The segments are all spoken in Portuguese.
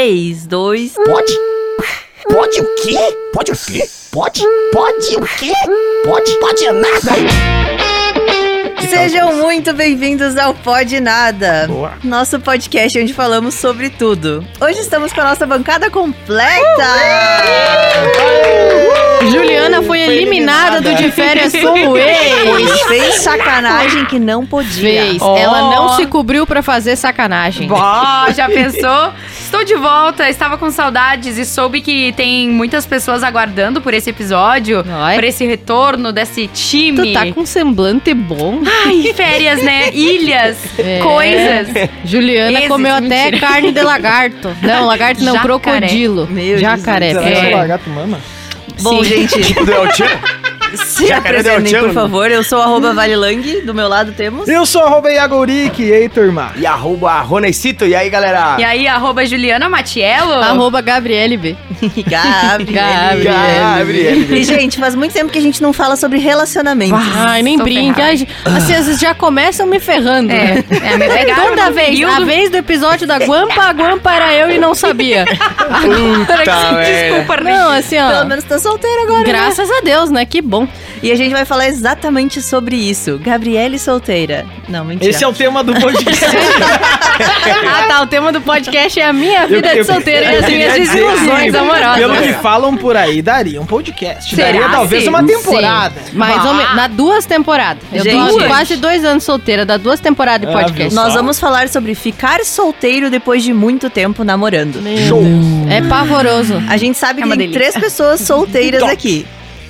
3, 2. Pode? Pode o quê? Pode o quê? Pode? Pode o quê? Pode? Pode nada? Então, Sejam muito bem-vindos ao Pod Nada, Boa. nosso podcast onde falamos sobre tudo. Hoje estamos com a nossa bancada completa! Juliana foi eliminada do De Férias com o ex. Pois fez sacanagem que não podia. Fez. Ó. Oh, Ela não se cobriu pra fazer sacanagem. Bó, já pensou? Estou de volta, estava com saudades e soube que tem muitas pessoas aguardando por esse episódio, Ai. por esse retorno desse time. Tu tá com um semblante bom. Ai, férias, né? Ilhas, É. coisas. Juliana Esse- comeu até mentira. carne de lagarto. Não, lagarto não, Jacaré. crocodilo. Meu Jacaré. Jesus, é. Será que o gato mama? Bom, gente, se Jacaré deu apresentem, tchau. por favor. Eu sou arroba Valilang, do meu lado temos... né? Eu sou arroba Iago Uric, e aí, turma? E arroba Ronecito, e aí Ah. galera? E aí, arroba Juliana Matiello. Arroba Gabriele B. Gabi. Gabi. E, gente, faz muito tempo que a gente não fala sobre relacionamentos. Ai, nem Tô brinca. ferrada. Ai, gente, Assim, vocês já começam me ferrando. né? É, é, me pegaram Toda no vez, a período. vez do episódio da Guampa, a Guampa era eu e não sabia. Desculpa, Não, Regi. assim, Pelo ó. menos tá solteira agora, né? Graças a Deus, né? Que bom. E a gente vai falar exatamente sobre isso. Gabriele solteira. Não, mentira. Esse é o tema do podcast. Ah, tá. O tema do podcast é a minha vida Eu- eu- de solteira e eu as queria minhas dizer desilusões que, amorosas. Pelo que falam por aí, daria um podcast. Será Daria talvez assim? uma Sim. temporada. Mais ou Ah. menos. Na duas temporadas. Eu tô Gente. há quase dois anos solteira, dá duas temporadas de Ah, podcast. viu? Nós vamos falar sobre ficar solteiro depois de muito tempo namorando. Show. É pavoroso. A gente sabe É que uma tem delícia. três pessoas solteiras aqui.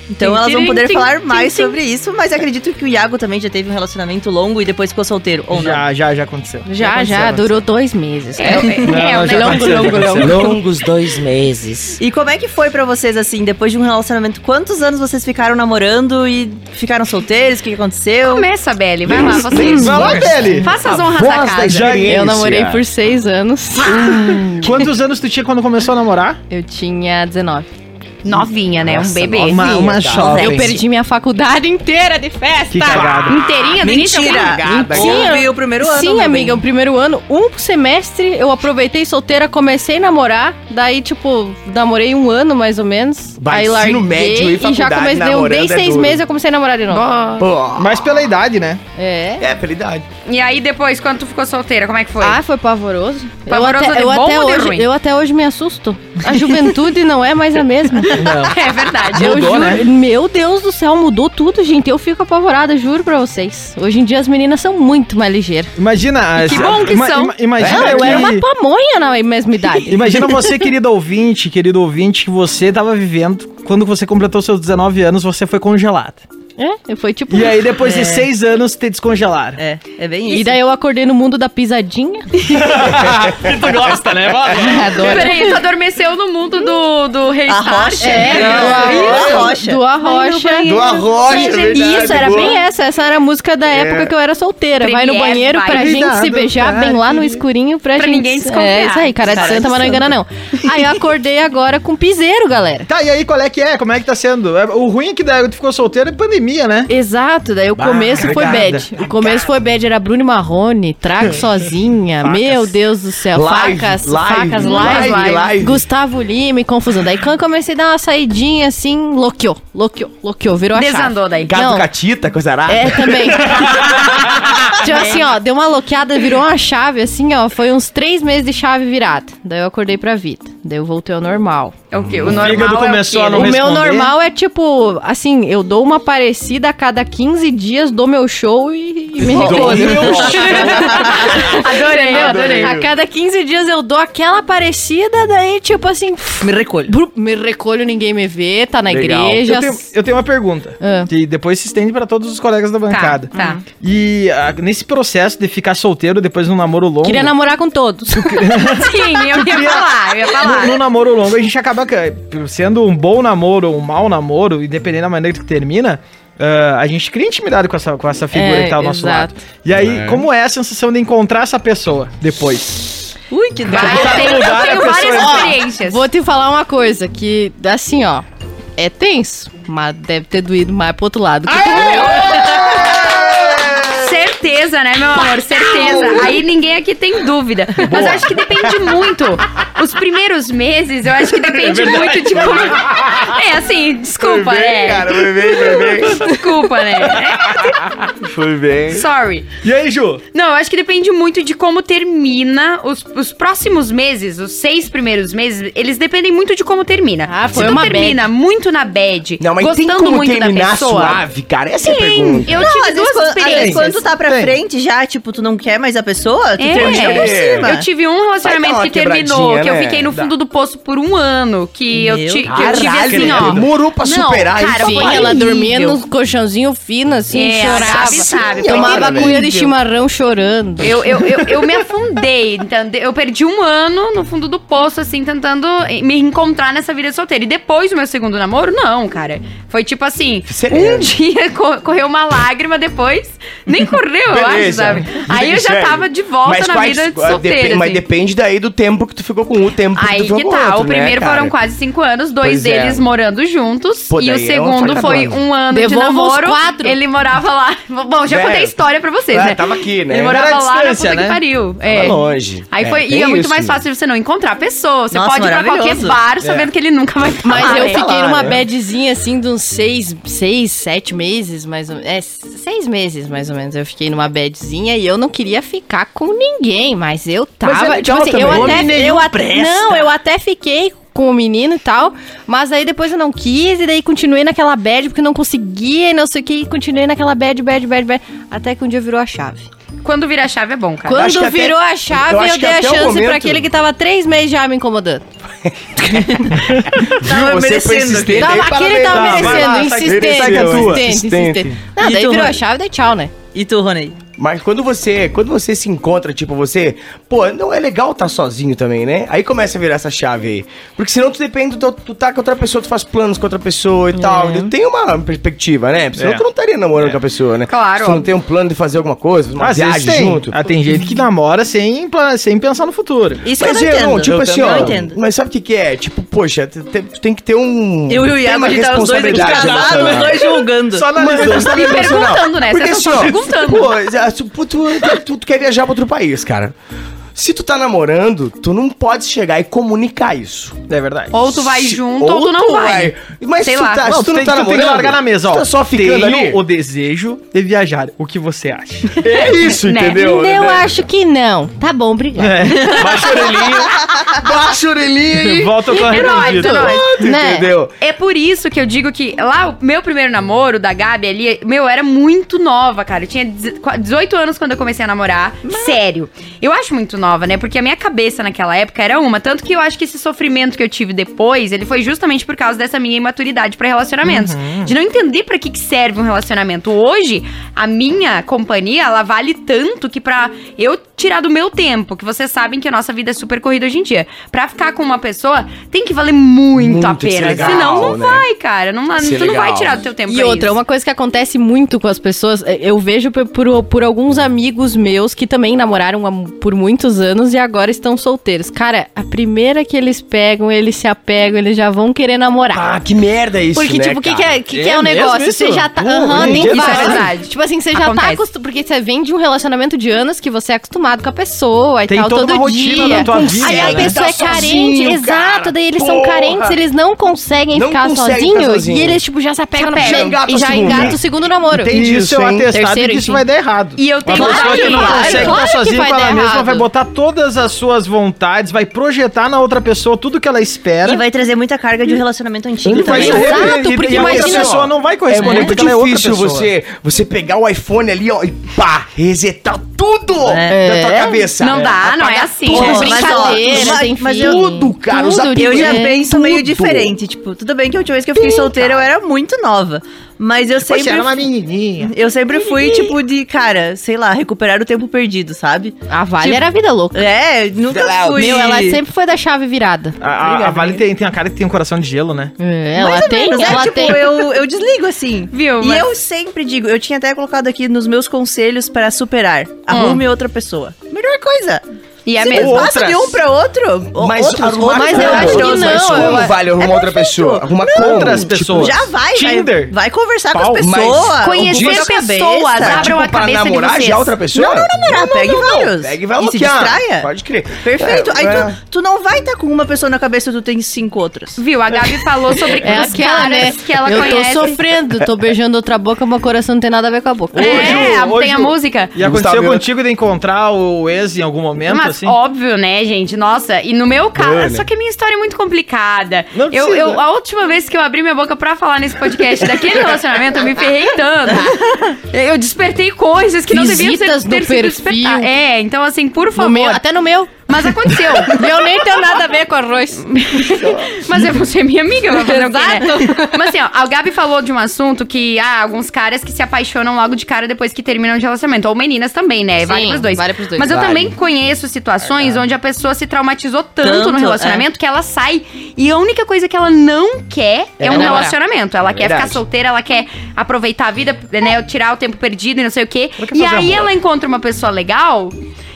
Então Tim, elas vão tirim, poder tim, falar tim, mais tim. sobre isso, mas acredito que o Iago também já teve um relacionamento longo e depois ficou solteiro, ou não? Já, já, já aconteceu. Já, aconteceu, já, aconteceu. durou dois meses. um É, é, é, Não, o já tá aconteceu, já aconteceu. Longos dois meses. E como é que foi pra vocês, assim, depois de um relacionamento? Quantos anos vocês ficaram namorando e ficaram solteiros? O que que aconteceu? Começa, Beli. Vai lá, vocês. Vai lá, Beli. Faça as A honras voz da da casa. Jane. experiência. Eu namorei por seis anos. Quantos anos tu tinha quando começou a namorar? Eu tinha 19. Novinha, né? um Nossa, bebê. novinha. Uma, uma tá. jovem. Eu perdi minha faculdade inteira de festa. Que cagada. Inteirinha do início ao fim? Mentira! Cagada, hein? Houve o primeiro ano, Sim, meu amiga, o bem. primeiro ano, um semestre, eu aproveitei solteira, comecei a namorar, daí, tipo, namorei um ano mais ou menos. Vai, aí larguei ensino médio e já faculdade comecei, deu bem namorando é seis duro. meses, eu comecei a namorar de novo. Pô, Mas pela idade, né? É. É, pela idade. E aí depois, quando tu ficou solteira, como é que foi? Ah, foi pavoroso. Pavoroso eu até, de eu bom até ou de hoje, ruim? Eu até hoje me assusto. A juventude não é mais a mesma. É verdade. Eu Mudou, juro, né? meu Deus do céu, mudou tudo, gente. Eu fico apavorada, juro pra vocês. Hoje em dia as meninas são muito mais ligeiras. Imagina. Que essa- bom É, que são. imagina eu que- era é uma pamonha na mesma idade. Imagina você, querido ouvinte, querido ouvinte, que você tava vivendo quando você completou seus 19 anos, você foi congelada. é, foi tipo E aí, depois de seis anos, te descongelaram. É, é bem isso. E daí eu acordei no mundo da pisadinha. tu gosta, né? Adoro. Peraí, tu adormeceu no mundo do, do A restart. rocha? É, Não, a rocha. Do Arrocha. Do arrocha, é verdade, Isso, era boa. É. bem essa. Essa era a música da época que eu era solteira. vai no Premier, banheiro pra vai. gente se Cuidado, beijar tá, bem lá no querido. escurinho pra, Pra gente. ninguém desconfiar. É, isso aí, cara, Cara de de santa, mas não é santa. engana não. Aí eu acordei agora com piseiro, galera. Tá, e aí, qual é que é? Como é que tá sendo? É, O ruim é que daí tu ficou solteiro é pandemia, né? Exato, daí o Bah, começo foi cagada. bad. O começo foi bad, era Bruno e Marrone, trago sozinha, meu Deus do céu, Live, facas, live, facas, live, live, live. Gustavo Lima e confusão. Daí quando eu comecei a dar uma saidinha assim, loqueou, loqueou, loqueou, virou a chave. Desandou daí. Gato Não. catita, coisa rara. É, também. É. tipo assim, ó, deu uma loqueada, virou uma chave, assim, ó, foi uns três meses de chave virada. Daí eu acordei pra vida, daí eu voltei ao normal. É o quê? O normal fígado é o começou quê? a não O né? meu responder? normal é tipo, assim, eu dou uma parecida a cada 15 dias, dou meu show e, e me recolho. Adorei, adorei. A cada 15 dias eu dou aquela parecida, daí tipo assim, Me recolho. brum, me recolho, ninguém me vê, tá na Legal. igreja. Eu tenho, eu tenho uma pergunta, Ah. que depois se estende pra todos os colegas da bancada. tá. E ah, nesse processo de ficar solteiro depois de um namoro longo... Queria namorar com todos. Sim, eu ia falar, eu ia falar. No, no namoro longo, a gente acaba ca- sendo um bom namoro ou um mau namoro, independente da maneira que termina. ah, a gente cria intimidade com essa, com essa figura É, que tá ao nosso exato. lado. E aí, como é a sensação de encontrar essa pessoa depois? Ui, que Vai, dó. eu tenho, eu lugar, tenho a várias pessoa- experiências. Vou te falar uma coisa, que assim, ó, é tenso, mas deve ter doído mais pro outro lado. Que pro meu. Certeza Certeza, né, meu amor? Certeza. Aí ninguém aqui tem dúvida. Mas eu acho que depende muito. Os primeiros meses, eu acho que depende muito de como. É assim, desculpa, foi bem, né? cara. Foi bem, foi Desculpa, né? bem. Foi bem. Sorry. E aí, Ju? Não, eu acho que depende muito de como termina os, os próximos meses, os seis primeiros meses, eles dependem muito de como termina. Ah, foi Se tu uma termina muito na bad, Não, mas gostando tem como muito da terminar pessoa. suave, cara? Essa é a Sim, pergunta. eu Não, tive às vezes, duas quando, às vezes experiências. quando tu tá pra Tem. frente já, tipo, tu não quer mais a pessoa, tu É. termina por É. cima. Eu tive um relacionamento uma que terminou, quebradinha, que eu né? fiquei no Dá. fundo do poço por um ano, que eu, Meu ti- que eu tive Caralho, assim, ó. credo. Demorou pra Não, superar cara, isso. Sim, foi ela horrível. dormia no colchãozinho fino, assim, É, chorava. sabe, sabe, foi Tomava horrível. cuia de chimarrão chorando. Eu, eu, eu, eu me afundei, entende? eu perdi um ano no fundo do poço, assim, tentando me encontrar nessa vida solteira. E depois do meu segundo namoro, não, cara. Foi tipo assim, Sereno. um dia co- correu uma lágrima depois, nem correu, eu acho, Beleza. sabe? Aí eu já Sério. tava de volta na quais- vida de ah, solteira, depen- Mas assim. depende daí do tempo que tu ficou com um, o tempo que tu Aí ficou que com tá, outro, o primeiro né, cara? foram quase cinco anos, dois Pois é. deles morando juntos. Pô, e o daí é uma segundo facada. foi um ano Devolva de os namoro. quatro. Ele morava lá. Bom, já Velho. contei a história pra vocês, Né? Ah, né? tava aqui, Ele né? Era morava a lá na distância, puta que né? pariu. Tava É. Tá longe. Aí foi, e tem é muito isso, mais né? fácil você não encontrar a pessoa. Você Nossa, pode ir pra qualquer maravilhoso. bar É. sabendo que ele nunca vai estar Mas lá, eu né? fiquei falar, numa né? badzinha assim de uns seis, seis, sete meses, mais ou menos. É, seis meses, mais ou menos. Eu fiquei numa badzinha e eu não queria ficar com ninguém, mas eu tava. Mas é legal tipo assim, eu também. até. Homem nenhum eu até- presta. não, eu até fiquei com o menino e tal, mas aí depois eu não quis, e daí continuei naquela bad porque eu não conseguia e não sei o que, e continuei naquela bad, bad, bad, bad, até que um dia virou a chave. Quando vira a chave é bom, cara. acho que Quando até- virou a chave, eu eu, acho que dei a até o chance momento- pra aquele que tava três meses já me incomodando. Tá Tava Você merecendo persistente, aqui. hein? Tava aqui, ele tava Parabéns. merecendo, Vai lá, sai- tá insistente, sai com a tua. insistente, Insistente. insistente. Não, E daí tu, virou a Rony? chave, daí tchau, né? E tu, Ronei? Mas quando você, quando você se encontra, tipo, você, pô, não é legal tá sozinho também, né? Aí começa a virar essa chave aí. Porque senão tu depende, do, tu tá com outra pessoa, tu faz planos com outra pessoa e tal. Uhum. Tem uma perspectiva, né? Senão É. tu não estaria namorando com a pessoa, né? Claro. Se tu não tem um plano de fazer alguma coisa, uma Às vezes viagem tem. junto. Ah, tem gente que namora sem, pla- sem pensar no futuro. Isso Mas que eu não é, entendo. não, tipo Eu assim, também ó. não entendo. Mas sabe o que, que é? Tipo, poxa, te- te- tem que ter um. Eu e o tem Iago, uma a gente tá os dois aqui responsabilidade casados, os emocional. dois julgando. Só Uma analisando. E responsabilidade emocional. Tá perguntando, né? Porque Vocês assim, estão ó, perguntando. pô, a- tu, tu, tu- tu- tu quer viajar pra outro país, cara. Se tu tá namorando, tu não pode chegar e comunicar isso. É verdade. Ou tu vai Se- junto ou, tu não vai. Mas Sei se tu, lá. tá, se Não, tu não tem, tá tu tem namorando, que largar na mesa, ó. um tu tá só Tenho ficando ali. o desejo de viajar. O que você acha? É isso, Né? entendeu? Eu Né? É. acho que não. Tá bom, obrigado. Baixa a orelhinha. Baixa a orelhinha aí. Volta com a Herói, arrependido. herói. Né? Entendeu? É por isso que eu digo que lá, o meu primeiro namoro da Gabi ali, meu, eu era muito nova, cara. Eu tinha deze- qua- 18 anos quando eu comecei a namorar. Sério. Eu acho muito nova, né? Porque a minha cabeça naquela época era uma. Tanto que eu acho que esse sofrimento que eu tive depois, ele foi justamente por causa dessa minha imaturidade pra relacionamentos. De não entender pra que, que serve um relacionamento. Hoje, a minha companhia, ela vale tanto que pra eu tirar do meu tempo, que vocês sabem que a nossa vida é super corrida hoje em dia. Pra ficar com uma pessoa, tem que valer muito, Muito, a tem que ser pena. legal, Senão não né? vai vai, cara. Não, tu Ser não vai legal. tirar do teu tempo. E pra outra, isso. uma coisa que acontece muito com as pessoas, é, eu vejo por, por, por alguns amigos meus que também namoraram há- por muitos anos e agora estão solteiros. Cara, a primeira que eles pegam, eles se apegam, eles já vão querer namorar. Ah, que merda isso, Porque, né, tipo, o que, que, cara? é, que, que É é o mesmo negócio? isso? Você já tá. Pô, Aham, eu tem entendo vários. isso. verdade. Tipo assim, você já Acontece. tá acostumado. Porque você vem de um relacionamento de anos que você é acostumado com a pessoa e Tem tal, toda todo uma rotina dia. na tua vida, Aí né? a pessoa é Tá carente, sozinho, cara, exato. Daí eles são porra. carentes, eles não conseguem Não ficar conseguem sozinhos. ficar sozinho. E eles, tipo, já se apegam Já já engata e o já segundo, engata né? o segundo namoro. Entendi, isso é um hein? atestado Terceiro, que isso enfim. vai dar errado. E eu tenho Uma pessoa claro, que não claro, consegue claro estar que sozinha vai com ela dar mesma errado. vai botar todas as suas vontades, vai projetar na outra pessoa tudo que ela espera. E vai trazer muita carga de um relacionamento antigo Ele vai também. se Exato, arrepender, porque e a outra imagina- pessoa não vai É corresponder muito porque ela é outra difícil pessoa. você, você pegar o iPhone ali, ó, e pá, resetar tudo É. da tua cabeça. Não dá, não é Apagar assim. tudo, né? Mas, ó, brincadeiras, mas- tipo, enfim. mas eu- Tudo, cara. os Tudo, apps- tipo, Eu já É, penso meio tudo. diferente. Tipo, tudo bem que a última vez que eu fiquei solteira eu era muito nova. Mas eu Você sempre. é era uma menininha. Eu sempre fui, tipo, de, cara, sei lá, recuperar o tempo perdido, sabe? A Vale Tipo, era vida louca. É, nunca fui. Meu, ela sempre foi da chave virada. A, a- a Vale né? tem, tem a cara que tem um coração de gelo, né? É, Mais ela ou tem, menos, né? ela tipo, tem. Eu, eu desligo assim. Viu, E mas- eu sempre digo, eu tinha até colocado aqui nos meus conselhos para superar. Arrume outra pessoa. Melhor coisa. E é Você mesmo. não passa Outras. de um pra outro? O- Mas outros, arrumar mas eu como? acho que Mas não. é Como eu- vale arrumar outra pessoa? Arrumar Tipo, contra as pessoas? Já vai, Tinder. vai. Vai conversar Pau, com as mas pessoas. conhecer ocupa a pessoas, cabeça. abra- Abram a tipo, pra cabeça de namorar vocês. já outra pessoa? Não, não namorar, pegue vários. Pega e vai E se bloquear. distraia. Pode crer. Perfeito. É, Aí é. tu, tu não vai estar com uma pessoa na cabeça e tu tem cinco outras. Viu? A Gabi falou sobre É os aquela, né? caras que ela eu conhece. tô sofrendo, tô beijando outra boca, meu coração não tem nada a ver com a boca. Hoje é, o- hoje tem a o- música. E aconteceu Gustavo, eu- contigo de encontrar o ex em algum momento, Mas assim? óbvio, né, gente? Nossa, e no meu caso, Mano. só que a minha história é muito complicada. Não eu, precisa. eu- a última vez que eu abri minha boca pra falar nesse podcast daquele relacionamento, eu me ferrei tanto. Eu despertei coisas que não deviam ser, Visitas no ter sido perfil. despertadas. É, então assim, por No favor. meu, até no meu. Mas aconteceu. E eu nem tenho nada a ver com arroz. Mas eu vou ser minha amiga, vai fazer o quê, né? Mas assim, ó, a Gabi falou de um assunto que há alguns caras que se apaixonam logo de cara depois que terminam de relacionamento. Ou meninas também, né? Vale Sim, pros dois. vale pros dois. Mas eu Vale. também conheço situações onde a pessoa se traumatizou tanto, Tanto, é. no relacionamento que ela sai. E a única coisa que ela não quer é, É um namorar. relacionamento. Ela É quer verdade. ficar solteira, ela quer aproveitar a vida, É. né? Tirar o tempo perdido e não sei o quê. quer E fazer aí amor. ela encontra uma pessoa legal.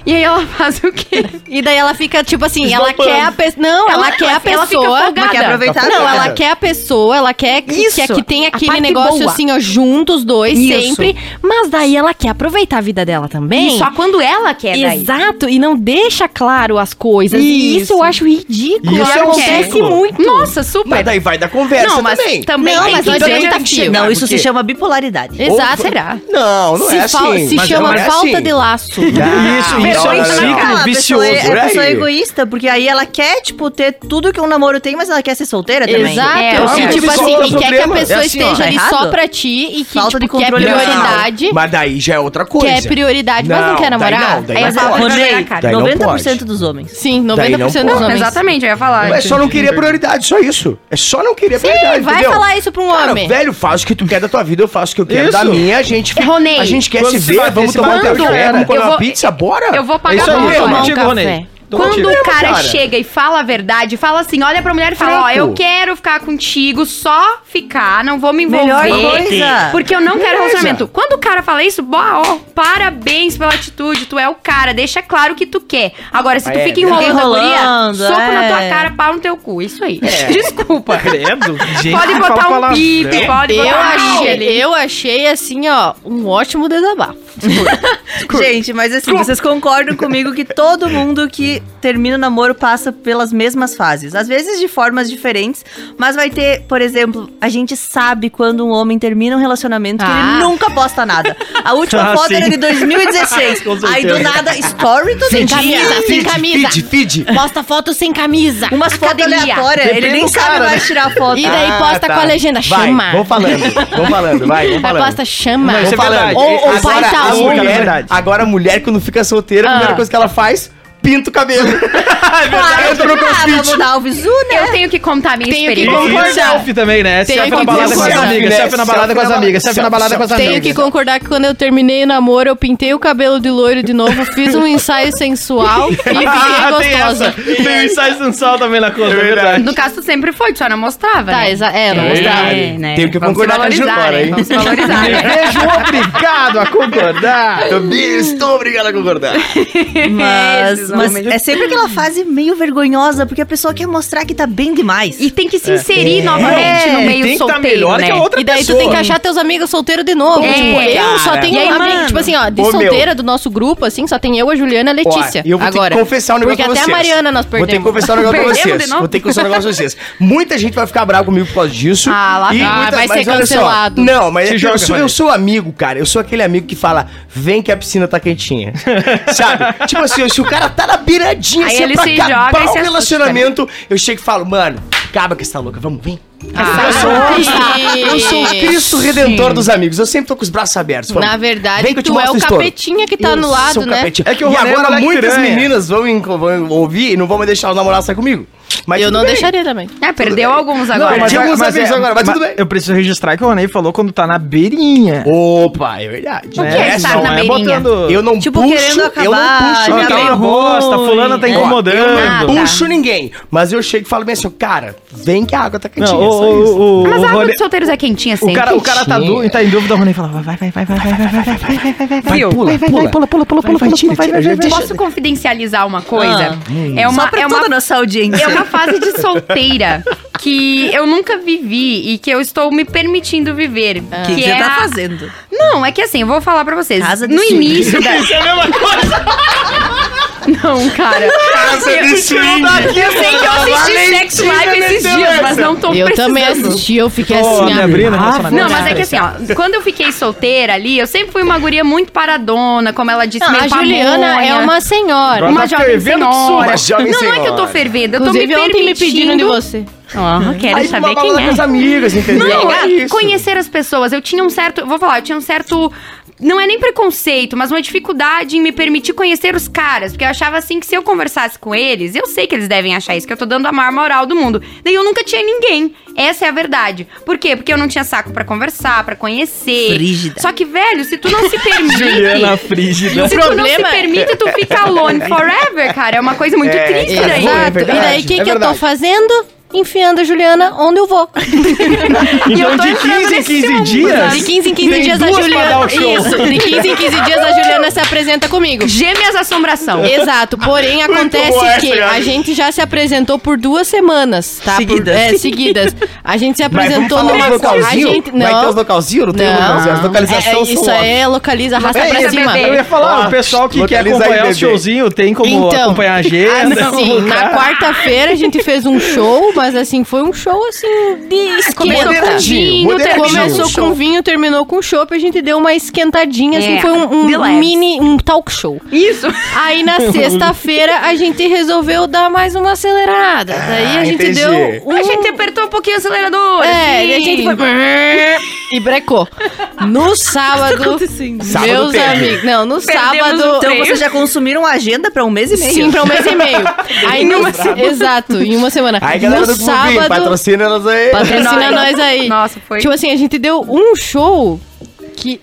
E aí ela faz o quê? E daí ela fica, tipo assim, ela quer a pessoa. Não, ela, Ela- quer a ela fica pessoa. folgada. Mas quer aproveitar? Não, né? ela É. quer a pessoa, ela quer que, Isso. quer que tenha A aquele parte negócio boa. assim, ó, juntos os dois, Isso. sempre. Mas daí ela quer aproveitar a vida dela também. E só quando ela é quer daí. Exato, e não deixa claro as coisas. E isso eu acho ridículo. Isso é um acontece ciclo. muito. Nossa, super. Mas daí vai da conversa não, mas também. também, Não, tem mas então, que não ter- adianta tem que que- ter- Não, isso porque- se chama bipolaridade. Exato. Será? Não, não se é fal- assim. se Mas chama não é falta assim. de laço. Ah, Isso, não, isso é não, um não, não. ciclo a vicioso. né, pessoa é, por a aí. pessoa é egoísta, porque aí ela quer, tipo, ter tudo que um namoro tem, mas ela quer ser solteira também. Exato. É, e é, tipo isso é assim, outro e quer que a problema. pessoa É assim, ó, esteja tá ali só errado? pra ti e que, Falta de tipo, quer controle Não, prioridade. Mas daí já é outra coisa. Quer prioridade, mas não Não, quer daí namorar. não, daí É não exato. pode. Ronei, Daí não 90% pode. dos homens. Sim, 90% Daí não dos pode. homens. Exatamente, eu ia falar. É só não querer prioridade, só isso. É só não querer prioridade, Sim, vai entendeu? falar isso pra um Cara, homem. velho, faz o que tu quer da tua vida, eu faço o que eu quero Isso. da minha. A gente, fica- Ronei, a gente quer quando se se ver, bater, vamos se tomar um bater, café, já era. vamos comer Eu uma vou- pizza, bora? Eu vou É pagar isso a aí, eu tomar um conta. contigo, café. Ronei. Tô Quando contigo. o cara, cara. chega e fala a verdade, fala assim, olha pra mulher e fala, ó, Fraco. eu quero ficar contigo, só ficar, não vou me envolver. Melhor coisa. Porque eu não quero Beleza. relacionamento. Quando o cara fala isso, boa, ó, parabéns pela atitude, tu é o cara, deixa claro o que tu quer. Agora, se tu É, fica né? fica enrolando, a guria, enrolando, soco na tua é. cara, pau no teu cu, isso aí. Desculpa. Credo, gente. Pode É. que botar fala É. um palavrão. pito, pode Eu botar um achei, eu achei, assim, ó, um ótimo desabafo. Gente, mas assim, vocês concordam comigo que todo mundo que termina o namoro passa pelas mesmas fases. Às vezes de formas diferentes, mas vai ter, por exemplo, a gente sabe quando um homem termina um relacionamento que Ah. ele nunca posta nada. A última Ah, foto sim. era de 2016. Com certeza. Aí do nada, story do Sem dia, camisa, sem camisa. Feed, feed. Posta foto sem camisa. Umas fotos Academia. aleatórias, Depende ele nem do sabe cara, né? mais tirar foto. E daí posta com a legenda, Ah, tá. vai, chama. Vou falando, vou falando, vai, vou Aí falando. posta chama. Mas Vou Isso é falando. verdade. Ou- ou Agora, faz a saúde. Ah. É mulher, verdade. agora a mulher, quando fica solteira, a primeira coisa que ela faz, pinta o cabelo. é Claro, entra no ah, crossfit. vai mudar o visu, né? Eu tenho que contar a minha Tenho que E- experiência. Vamos E concordar. selfie também, né? Tem Selfie na que balada com as concordar. amigas, selfie na balada com as Selfie, amigas, selfie na balada com as selfie. amigas. Tenho que concordar que quando eu terminei o namoro, eu pintei o cabelo de loiro de novo, fiz um ensaio sensual e fiquei Ah, tem gostosa. essa. Tem o ensaio sensual também na conta, é verdade. No caso, tu sempre foi, tu só não mostrava, Tá, né? exa- é, não É, mostrava. né? Tenho que Vamos se concordar com a valorizar, Giovana, né? hein? Vamos se valorizar. Me né? vejo obrigado a concordar. Também estou obrigado a concordar. É, Esses Mas, mas homens. é sempre aquela fase meio vergonhosa, porque a pessoa quer mostrar que tá bem demais. E tem que se inserir novamente É, no meio tem que tá solteiro, melhor né? que a outra E daí pessoa. tu tem que achar teus amigos solteiros de novo. É, tipo, eu cara. só tenho E aí, amigo- mano? Tipo assim, ó, de Ô, meu. solteira do nosso grupo, assim, só tem eu, a Juliana e a Letícia. Ó, e eu vou agora. ter que confessar um negócio Porque pra até vocês. a Mariana nós Vou ter que perdemos. né, confessar um negócio pra Perdemos vocês. de novo? Vou ter que confessar um negócio pra vocês. Muita gente vai ficar brava comigo por causa disso. Ah, lá e vem. muita- Ah, vai mas ser olha só, cancelado. Não, mas Se eu, joga, sou, Maria. eu sou amigo, cara. Eu sou aquele amigo que fala, vem que a piscina tá quentinha. Sabe? tipo assim, se o cara tá na beiradinha, Aí assim, é ele pra se acabar joga e se né? o assusta, relacionamento, eu chego e falo, mano, acaba com essa louca, vamos, vem. Ah, eu, sou, o Cristo- sim. eu sou um o Cristo Redentor dos amigos. Eu sempre tô com os braços abertos. vamos. Na verdade, Vem que eu te tu é mostro o o estouro. capetinha que tá Eu no sou lado, o né? capetinha. É que o e Ronaldo é agora moleque muitas piranha. meninas vão, em- vão ouvir e não vão mais deixar eu namorar sair comigo. Mas eu tudo não bem. deixaria também. É, perdeu alguns agora. Não, mas Mas, Tinha mas, alguns mas, amigos é, agora, mas mas tudo bem. Eu preciso registrar que o Ronei falou quando tá na beirinha. Opa, é verdade. O que é estar Não na é beirinha? botando- Eu não Tipo, puxo, querendo eu não acabar, já puxo. Ah, tá ninguém. meio uma bosta, ruim. fulana tá É. Ah, incomodando. tá. puxo ninguém. Mas eu chego e falo bem assim, cara, vem que a água tá quentinha, Não, só o, isso. o, o, Mas o a água Ronei- dos solteiros é quentinha o sempre. cara, o cara tá, du- tá em dúvida, o Ronei falava, vai, vai, vai, vai, vai, vai, vai, vai, vai, vai, vai, vai, vai, Viu? Pula, pula, pula, pula, pula, pula, vai, tira, tira, já deixa- Posso confidencializar uma coisa? Ah. É uma, Só pra é toda uma a nossa audiência. É uma fase de solteira que eu nunca vivi e que eu estou me permitindo viver. O que, que você é tá a- fazendo? Não, é que assim, eu vou falar pra vocês. Casa de no swing. início da. É a mesma coisa. Não, cara. Casa de swing. assim, Eu sei que eu assisti Sex Live esses meteu dias, essa. mas não tô Eu precisando. também assisti, eu fiquei Ô, assim. me ah, abrindo, ah, relacionamento. Não, mas é que assim, ó, quando eu fiquei solteira ali, eu sempre fui uma guria muito paradona, como ela disse, Não, meio a Juliana pamonha. é uma senhora. Ela Uma tá jovem fervendo que senhora. Uma jovem não, não é que eu tô senhora. fervendo, eu tô Inclusive, me ontem permitindo... me pediram de você. Ah, quero Aí saber mamava quem com é. as amigas, entendeu? Não, É a- isso. conhecer as pessoas. Eu tinha um certo. Vou falar, eu tinha um certo. Não é nem preconceito, mas uma dificuldade em me permitir conhecer os caras. Porque eu achava assim que se eu conversasse com eles, eu sei que eles devem achar isso, que eu tô dando a maior moral do mundo. Daí eu nunca tinha ninguém. Essa é a verdade. Por quê? Porque eu não tinha saco pra conversar, pra conhecer. Frígida. Só que, velho, se tu não se permite. Juliana Frígida. Se tu não se permite, tu fica alone forever, cara. É uma coisa muito É, triste né? é daí. ruim, Exato. e daí, verdade, o que, é que eu tô verdade. fazendo? Enfiando a Juliana onde eu vou. Então, Então eu tô de entrando 15 em nesse 15 mundo, dias... De 15 em 15 Tem dias a duas pra dar Juliana. o show. Isso. De 15 em 15 dias a Juliana se apresenta comigo. Gêmeas assombração. Exato, porém boa acontece essa, que Yara. a gente já se apresentou por duas semanas, tá? Por- Seguidas. é, seguidas. A gente se Mas vamos apresentou falar numa dos a localzinhos? gente, Vai ter um os não. localzinhos? Não tem Não. localzinho. As É, localizações isso são óbvias. é localiza, arrasta É pra isso, cima. bebê. Eu ia falar, Ó, o pessoal que quer localiza aí, acompanhar o bebê. showzinho tem como Então, acompanhar a agenda. Assim, na quarta-feira a gente fez um show, mas assim, foi um show assim de esquenta. Começou com Moderadinho, vinho, moderadinho. terminou Começou com com vinho, terminou com chopp, a gente deu uma esquentadinha, assim, É, foi um- de um leves. mini, um talk show. Isso. Aí na sexta-feira a gente resolveu dar mais uma acelerada. Daí a Ah, gente entendi. deu um... A gente apertou um pouquinho o acelerador. É, assim. e a gente foi... E brecou. No sábado, Sábado meus teve. amigos... Não, no Perdemos sábado... um Então Freio. vocês já consumiram a agenda pra um mês e meio? Sim, pra um mês e meio. Aí no... Exato, em uma semana. Aí, no galera do Clube, sábado... patrocina elas aí. Patrocina É nóis. nós aí. Nossa, foi- Tipo assim, a gente deu um show que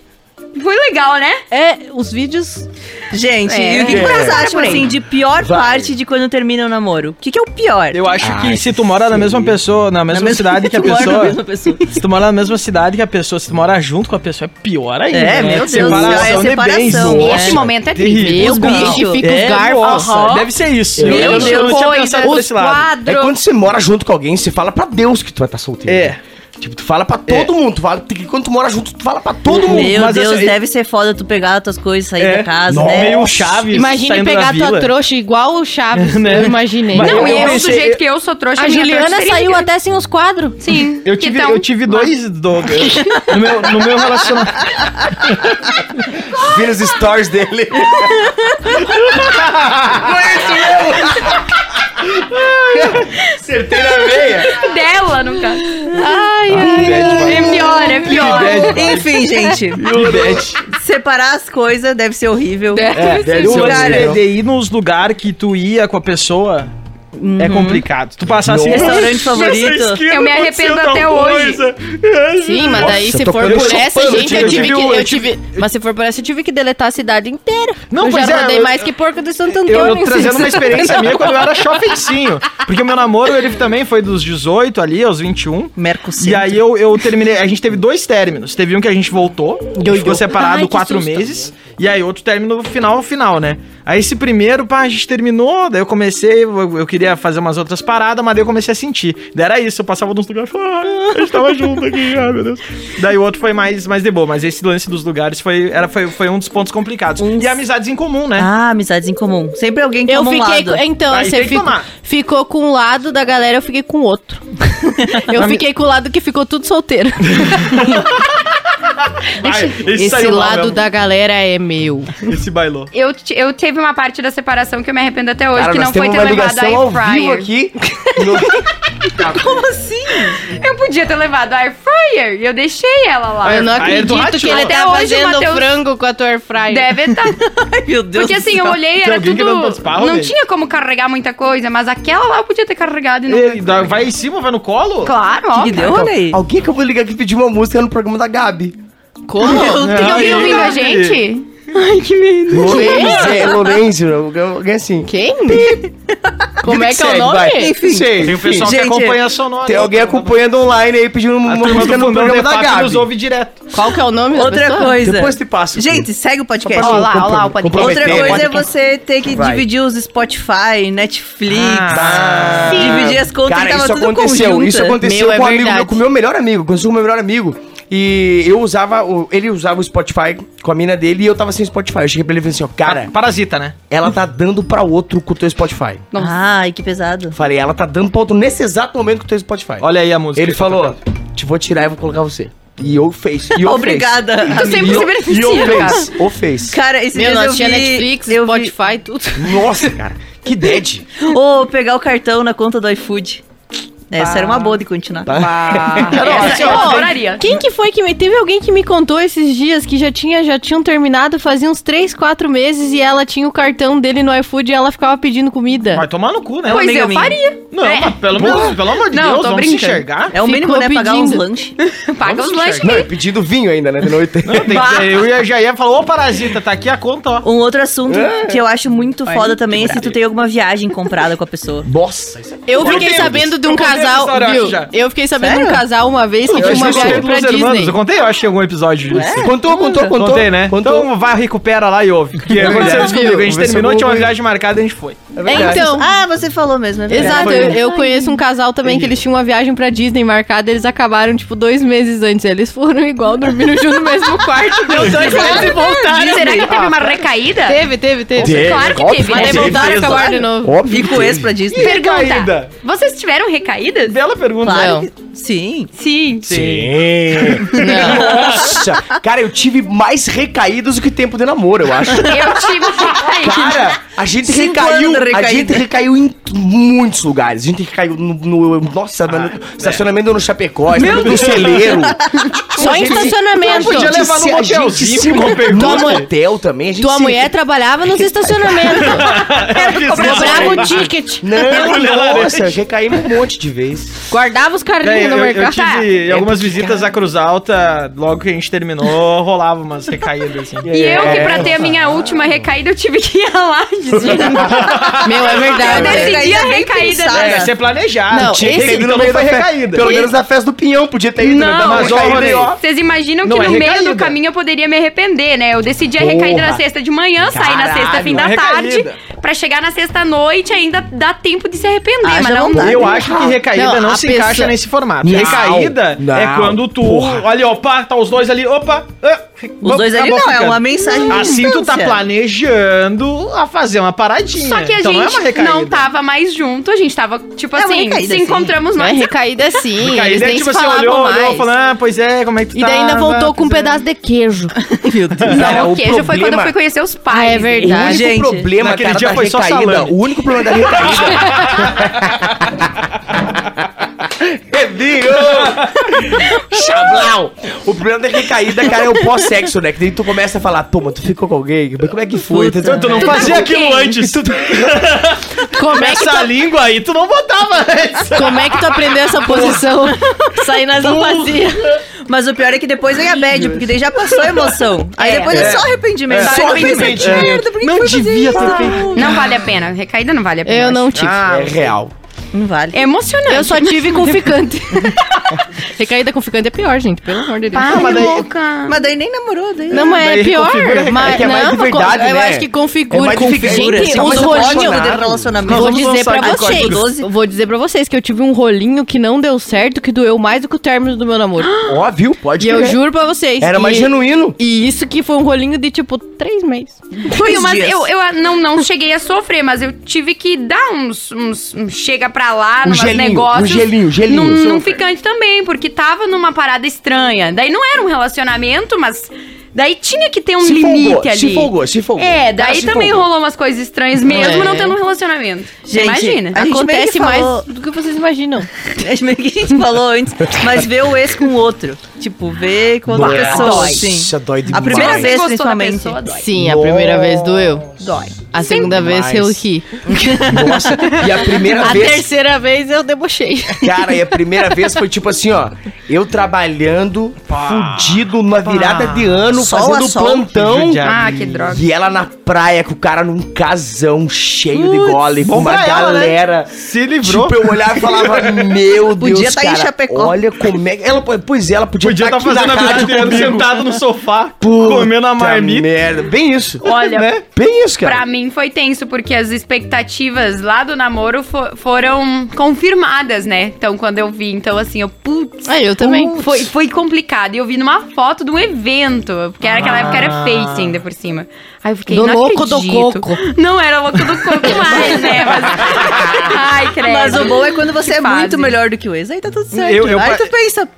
Foi legal, né? é... Os vídeos... Gente, É. e o que, que vocês É. acham, assim, de pior Vai. parte de quando termina o namoro? O que, que é o pior? Eu acho Ai, que se tu mora na mesma pessoa, na mesma cidade que a Tu mora na pessoa. mesma pessoa. Se tu mora na mesma cidade que a pessoa, se tu mora junto com a pessoa, é pior ainda. É, né? meu Deus do céu, é separação de separação. né? bens, E nossa, esse momento é terrível. triste. Os Não. bichos que ficam os É, garfos. nossa, deve ser isso. Meu eu, não- eu não tinha Coisas, pensado por esse lado. É quadro. quando você mora junto com alguém, você fala pra Deus que tu vai estar solteiro. É. Tipo, tu fala pra É. todo mundo. Tu fala, quando tu mora junto, tu fala pra todo mundo. Meu Mas Deus, assim, deve ser foda tu pegar as tuas coisas e sair É. da casa, Nossa. né? Meio Chaves. Imagine saindo pegar da a tua vila. trouxa igual o Chaves, Né? eu imaginei. Mas- Não, Eu e eu, do pensei- jeito que eu sou trouxa, a minha Juliana trouxa seria saiu incrível. até sem os quadros. Sim. Eu tive, então, eu tive dois do, no, meu, no meu relacionamento. Vira os stories dele. é Acertei na veia. Dela, no caso. Ai, É pior, é pior. Enfim, gente, separar as coisas deve ser horrível. É, deve Eu ser lance horrível. de, de ir nos lugares que tu ia com a pessoa é complicado. Tu passar assim. Nossa. Restaurante favorito. Uhum. Eu me arrependo até hoje. Sim, mas daí Nossa, se tô for tocando por essa, champanhe, gente, eu eu tive tive que. um- Eu eu tive... Mas se for por essa, eu tive que deletar a cidade inteira. Não, eu pois já é, rodei eu- mais que porco do Santo Antônio. Então, Eu, eu em trazendo uma Santa experiência Catarina. minha quando eu era jovemzinho. Porque o meu namoro, ele também foi dos 18 ali, aos 21. Mercosul. E aí eu, eu terminei. A gente teve dois términos. Teve um que a gente voltou, a gente Doido. ficou separado Ai, que quatro susto. meses. E aí outro término final, final, né? Aí esse primeiro, pá, a gente terminou, daí eu comecei, eu, eu queria fazer umas outras paradas, mas daí eu comecei a sentir. Daí era isso, eu passava nos lugares e falava, ah, a gente tava junto aqui, ai meu Deus. Daí o outro foi mais, mais de boa, mas esse lance dos lugares foi, era, foi, foi um dos pontos complicados. E amizades em comum, né? Ah, amizades em comum. Sempre alguém que Eu toma um fiquei. lado. com- Então, Aí você tem que fico- tomar. ficou com um lado da galera, eu fiquei com o outro. eu fiquei com o lado que ficou tudo solteiro. Vai, Esse saiu mal lado mesmo. da galera é meu. Esse bailou. Eu, te- eu teve uma parte da separação que eu me arrependo até hoje, Cara, que nós não foi temos ter uma levado ligação ao a vivo air fryer. aqui. Eu assim? podia ter levado a air fryer fryer. E eu deixei ela lá. Eu não Air- air é do acredito que Hatch, ele não. tá Até hoje o fazendo Matheus- frango com a tua air fryer. Deve estar. Ai, meu Deus Porque do assim, céu. eu olhei, Tem era alguém que tudo. dá tantos pau, não velho? tinha como carregar muita coisa, mas aquela lá eu podia ter carregado e não. Ele dá- vai em cima, vai no colo? Claro, ó. Que deu, olha aí. Alguém acabou de ligar aqui e pedir uma música no programa da Gabi. Como? Tem Não, é. alguém ele- ouvindo a gente? Lourenço, é, Lourenço, alguém assim. Quem? Vida Como é que é segue, o nome? vai. Enfim. Sei, Tem o pessoal tá Gente, que acompanha a sonora. Tem alguém acompanhando online aí pedindo uma a turma música do no fundão programa de da fato Gabi. nos ouve direto. Qual que é o nome da Outra pessoa? coisa. Depois te passo. Gente, segue o é podcast. Só pra- Olha lá, olha lá o podcast. Outra comprometer, né? coisa é podcast. você ter que Vai. dividir os Spotify, Netflix, Ah. dividir as contas Cara, que tava isso tudo aconteceu. conjunta. Isso aconteceu Meu, é com um amigo verdade. meu, com o meu melhor amigo, com o meu melhor amigo. E eu usava, o- ele usava o Spotify com a mina dele e eu tava sem Spotify. Eu cheguei pra ele e falei assim, ó, cara, Pa- Parasita, né? ela tá dando pra outro com o teu Spotify. Ai, que pesado. Falei, ela tá dando pra outro nesse exato momento com o teu Spotify. Olha aí a música. ele que tá falou, tocando. te vou tirar e vou colocar você. E eu fez. E eu Obrigada. Tu sempre se fez. E eu beneficia, cara. fez. Eu fez. Cara, esse Meu, dia eu nós tinha vi- Netflix, eu vi- Spotify, tudo. Nossa, cara. Que dead. Ou pegar o cartão na conta do iFood. Essa era uma boa de continuar. Essa é eu adoraria. é Quem que foi que me... Teve alguém que me contou esses dias que já, tinha, já tinham terminado fazia uns 3, 4 meses e ela tinha o cartão dele no iFood e ela ficava pedindo comida. Vai tomar no cu, né? Pois amiga eu minha. faria. Não, É. mas pelo, menos, pelo amor de Não, Deus, tô vamos se brincando. enxergar. É o mínimo, Ficou né? Pagar uns pedindo. lanches. Paga os Vamos lanches. Não, é pedido vinho ainda, né? De noite. Não, tem que, Bah. eu ia- já ia falar, ô Parasita, tá aqui a conta, ó. Um outro assunto que eu acho muito foda também é se tu tem alguma viagem comprada com a pessoa. Nossa, isso é... Eu fiquei contei- sabendo de um eu contei casal, essa hora, eu viu? acho, já. Eu fiquei sabendo de um Sério? casal uma vez que Eu tinha uma achei viagem isso pra Disney. Eu contei, eu acho, em algum episódio disso. Contou, contou, contou. Contei, né? Contou. Então vai, recupera lá e ouve. Que aconteceu isso Viu? comigo. A Vamos gente ver se terminou, eu tinha uma vou- viagem marcada e a gente foi. É, então, Ah, você falou mesmo, é verdade. Exato, Foi. eu, eu conheço um casal também que eles tinham uma viagem pra Disney marcada, eles acabaram, tipo, dois meses antes. Eles foram igual, dormiram junto no mesmo quarto, deu dois meses e voltaram. Será que teve uma recaída? Teve, teve, teve. Teve, Claro que óbvio teve, né? Mas teve, voltaram a acabar de novo. Óbvio. E que com ex teve. pra Disney. Pergunta. recaída? Vocês tiveram recaídas? Bela pergunta. Claro. que- Sim. Sim. Sim. Nossa. Cara, eu tive mais recaídas do que tempo de namoro, eu acho. Eu tive recaídas. Cara, a gente Cinco recaiu. anos de A recaída. gente recaiu em t- muitos lugares. A gente recaiu no. no- nossa, no estacionamento no Chapecó, estacionamento no celeiro. Só em estacionamento. podia levar no Se a gente motelzinho se- com uma No pergunta. motel também, a gente. Tua se- mulher trabalhava nos estacionamentos. Cobrava o ticket. assim, Não, nossa, recaímos um monte de vezes. Guardava os É, carrinhos eu, no eu mercado. tive algumas visitas à Cruz Alta, logo que a gente terminou, rolava umas recaídas, assim. E eu que pra ter a minha última recaída eu tive que ir lá desviar. Meu, é Eu verdade. decidi a Recaída bem recaída pensada. É, dessa. ser planejado. Não, Tinha esse- que ter ido no então meio não da foi fe- recaída. Pelo menos na festa do Pinhão podia ter ido. né? Não, Mas, ó, recaída Rodrigo, aí, ó. Vocês imaginam Não que é no meio recaída. do caminho eu poderia me arrepender, né? Eu decidi a recaída Porra. na sexta de manhã, sair na Caralho, sexta fim é da tarde, recaída. pra chegar na sexta noite ainda dá tempo de se arrepender, Haja mas não vontade. né? Eu acho que recaída não, Não, a se pessoa- encaixa nesse formato. Não, recaída é não, quando tu. porra. Olha, opa, tá os dois ali, opa. ah, Os dois ali acabou não, é ficando. uma mensagem. de Assim tu tá distância. planejando a fazer uma paradinha. Só que a Então não é uma gente recaída. não, tá tava mais junto, a gente tava, tipo É uma assim, recaída, se sim. encontramos Não é nós. recaída sim. eles Recaída é nem tipo se assim, falavam olhou, mais. olhou, falando, ah, pois é, como é que tu E tá? daí ainda voltou com um pois é." pedaço de queijo. Meu Deus. Não, Cara, o queijo foi quando eu problema- fui conhecer os pais. Ah, é hein? O verdade. único Gente, problema, naquele cara, dia da foi só recaída, salame. o único problema da recaída... Revinho! Chablau! O problema da recaída, cara, é o pós-sexo, né? Que daí tu começa a falar, pô, mas tu ficou com alguém? Mas Como é que foi? Puta, tu, tu não Tu fazia fazia com aquilo quem? antes. Como é que Essa língua aí, tu não botava antes. Como é que tu aprendeu essa posição? Sair nas alfazias. Mas o pior é que depois vem a bad, porque daí já passou a emoção. Aí É. depois é, só arrependimento. É. Aí Só tu pensa, arrependimento. "Merda, por que Não que foi fazer devia isso?" ter feito. Não vale a pena, recaída não vale a pena. Eu não acho. tive. Ah, é real. Não vale. É emocionante. Eu só tive com ficante. Recaída com ficante é pior, gente, pelo amor de Deus. Ai, mas daí- louca. Mas daí nem namorou, daí. Não, mas é Daí pior. reconfigura, mas- é que é mais não, de mas co- verdade, eu né? acho que configura. É mais de configura. figura, Gente, assim, é os mais rolinhos. apaixonado. de relacionamento. Nós Vou vamos dizer lançar pra aqui vocês. código 12. Vou dizer pra vocês que eu tive um rolinho que não deu certo, que doeu mais do que o término do meu namoro. Ó, viu? Pode e eu crer. juro pra vocês. Ah, é? Era que- mais um- genuíno. E isso que foi um rolinho de tipo três meses. Foi Três uma. dias. Eu, eu não, não cheguei a sofrer, mas eu tive que dar uns. uns- um chega pra lá, Um nos gelinho, negócios. um gelinho, gelinho, Num, num sofre. ficante também, porque tava numa parada estranha. Daí não era um relacionamento, mas. Daí tinha que ter um se limite folgou, ali. Se folgou, se folgou. É, O cara daí se também folgou. rolou umas coisas estranhas mesmo É. não tendo um relacionamento. Você Gente, imagina. a gente meio que Acontece mais falou- do que vocês imaginam. Acho é meio que a gente falou antes, mas ver o ex com outro. Tipo, ver com outra Nossa, pessoa, assim. dói demais. A primeira Você vez, gostou da principalmente. pessoa, dói. Sim, a primeira vez doeu. Dói. A segunda vez eu mais. ri. Nossa, e a primeira A vez. terceira vez eu debochei. Cara, e a primeira vez foi tipo assim, ó. Eu trabalhando, fudido, numa virada de ano, Sol a fazendo sol. plantão. Judiado. Ah, que droga. E ela na praia com o cara num casão cheio de gole, com bom uma pra ela, né? galera. Se livrou. Tipo, eu olhava e falava, meu Deus, Podia tá em cara, Chapecó. olha como é que... Ela, pois é, ela podia Podia estar estar tá aqui fazendo na a vida rádio inteira comigo. sentado no sofá, Puta comendo a marmita. merda. Bem isso. Olha, né? Bem isso, cara. Pra mim foi tenso, porque as expectativas lá do namoro fo- foram confirmadas, né? Então, quando eu vi, então assim, eu, putz. É, Ah, eu também. putz, Foi, foi complicado. E eu vi numa foto de um evento, porque era, aquela época era Face ainda por cima. Aí eu fiquei, Do não louco do acredito. coco. Não era louco do coco mais, né? Mas... Ai, credo. Mas o bom é quando você Que é fase. muito melhor do que o ex. Aí tá tudo certo. Eu- eu Aí pa- tu pensa,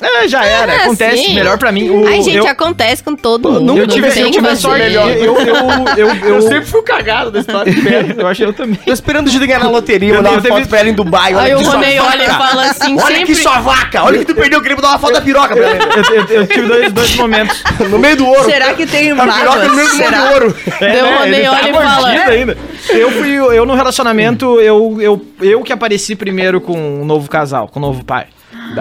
É, já era. Ah, acontece. sim. Melhor pra mim. O, Ai, gente, eu, acontece com todo mundo. não eu tive, tem eu o tive que a sorte. fazer. Eu, eu, eu, eu, fui cagado da história. eu acho eu também. Tô esperando o Júlio ganhar na loteria, Eu mandar uma teve- foto pra ela em Dubai. Aí o que sua Ronei vaca. olha e fala assim, Olha sempre... que sua vaca. Olha que tu perdeu, eu queria mandar uma foto da piroca pra ela. Eu, eu- eu tive dois, dois momentos. É, No meio do ouro. será que tem A piroca no meio mágoas? do Será? ouro. É, Deu uma Ele meia tá hora e fala, mordido ainda. Eu fui, eu no relacionamento, eu, eu, eu que apareci primeiro com um novo casal, com um novo pai.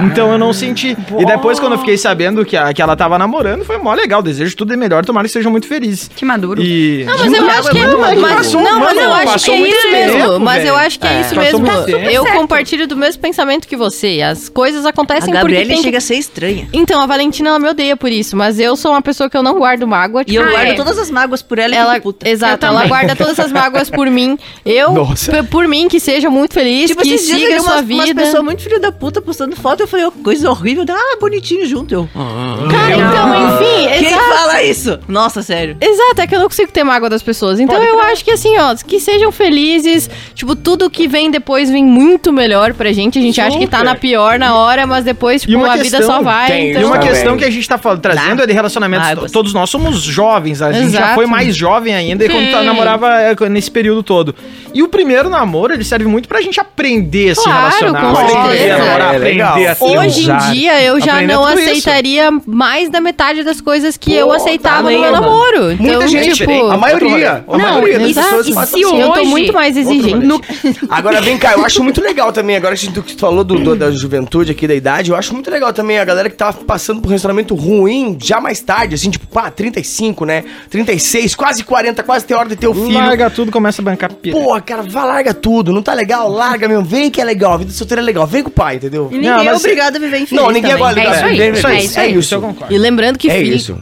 Então eu não senti. E depois, quando eu fiquei sabendo que, a- que ela tava namorando, foi mó legal. Desejo tudo de melhor, tomara que sejam muito felizes. Que maduro. E. Não, mas eu Não, acho é que é, muito mas, maduro. Passou, não, mas mano, eu acho que passou é muito isso tempo, mesmo. mas eu velho. acho que é, isso mesmo. Passou muito tempo. Eu compartilho do mesmo pensamento que você. As coisas A acontecem porque Gabriela tem que chega a ser estranha. Então, a Valentina, ela me odeia por isso, mas eu sou uma pessoa que eu não guardo mágoa. tipo, E eu Ah, guardo é. todas as mágoas por ela e ela, fico puta. exato, Eu ela também. guarda todas essas mágoas por mim. Eu, Nossa. p- por mim, que seja muito feliz, Tipo, que esses dias eu vi siga a sua umas, umas vida. pessoas muito filho da puta postando foto, eu falei, "Ô, coisa horrível, ah, bonitinho junto, eu. Cara, então, enfim, Quem exato. fala isso? Nossa, sério. Exato, é que eu não consigo ter mágoa das pessoas. Então eu acho que assim, ó, que sejam felizes. Tipo, tudo que vem depois vem muito melhor pra gente. A gente acha que tá Super. na pior na hora, mas depois, tipo, uma a vida questão, só vai. tem, então... E uma Também. questão que a gente tá falando, trazendo é de relacionamentos. Mágoas. Todos nós somos jovens, a gente já Ah, Exato. foi mais jovem ainda e quando Sim. tá- namorava é, nesse período todo. E o primeiro namoro, ele serve muito pra gente aprender a se Claro, relacionar. com aprender a certeza. namorar, É, legal. aprender a se Hoje em usar, dia eu já aprender não tudo isso. aceitaria mais da metade das coisas que eu aceitava também, no meu mano. namoro. tá Muita então, gente, tipo, a maioria. Não, A maioria das exato. pessoas E faz se assim. eu tô hoje- muito mais exigente. No- Agora vem cá, eu acho muito legal também, agora que tu que tu falou do, do- da juventude aqui, da idade, eu acho muito legal também a galera que tá passando por um relacionamento ruim já mais tarde, assim, tipo, pá, 35, né? 36, quase 40, quase tem hora de ter o filho. Larga tudo, começa a bancar pira. Porra, cara, vá, larga tudo, não tá legal, larga mesmo, vem que é legal, a vida solteira é legal, vem com o pai, entendeu? E ninguém Não, é mas- obrigado a viver infeliz Não, ninguém também. agora É isso aí, é é isso, isso é aí. isso. eu concordo. E lembrando que É filho. isso.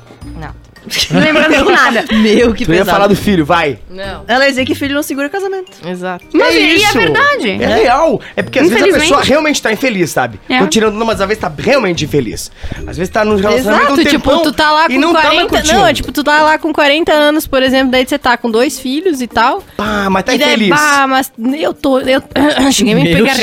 Não lembrando de nada. Meu, que Tu ia pesado. falar do filho, vai. Não, Ela ia dizer que filho não segura casamento. exato. Mas é e é isso. verdade. É real. É porque às vezes a Infelizmente. pessoa realmente tá infeliz, sabe? É. Tô tirando uma, mas às vezes tá realmente infeliz. Às vezes tá num relacionamento Exato, um tipo, tempão tu tá lá e com não tá mais 40. curtindo. não, é tipo, tu tá lá com 40 anos, por exemplo, daí você tá com dois filhos e tal. Pá, mas tá e daí, infeliz. pá, mas eu tô. Eu, cheguei a me Meu pegar.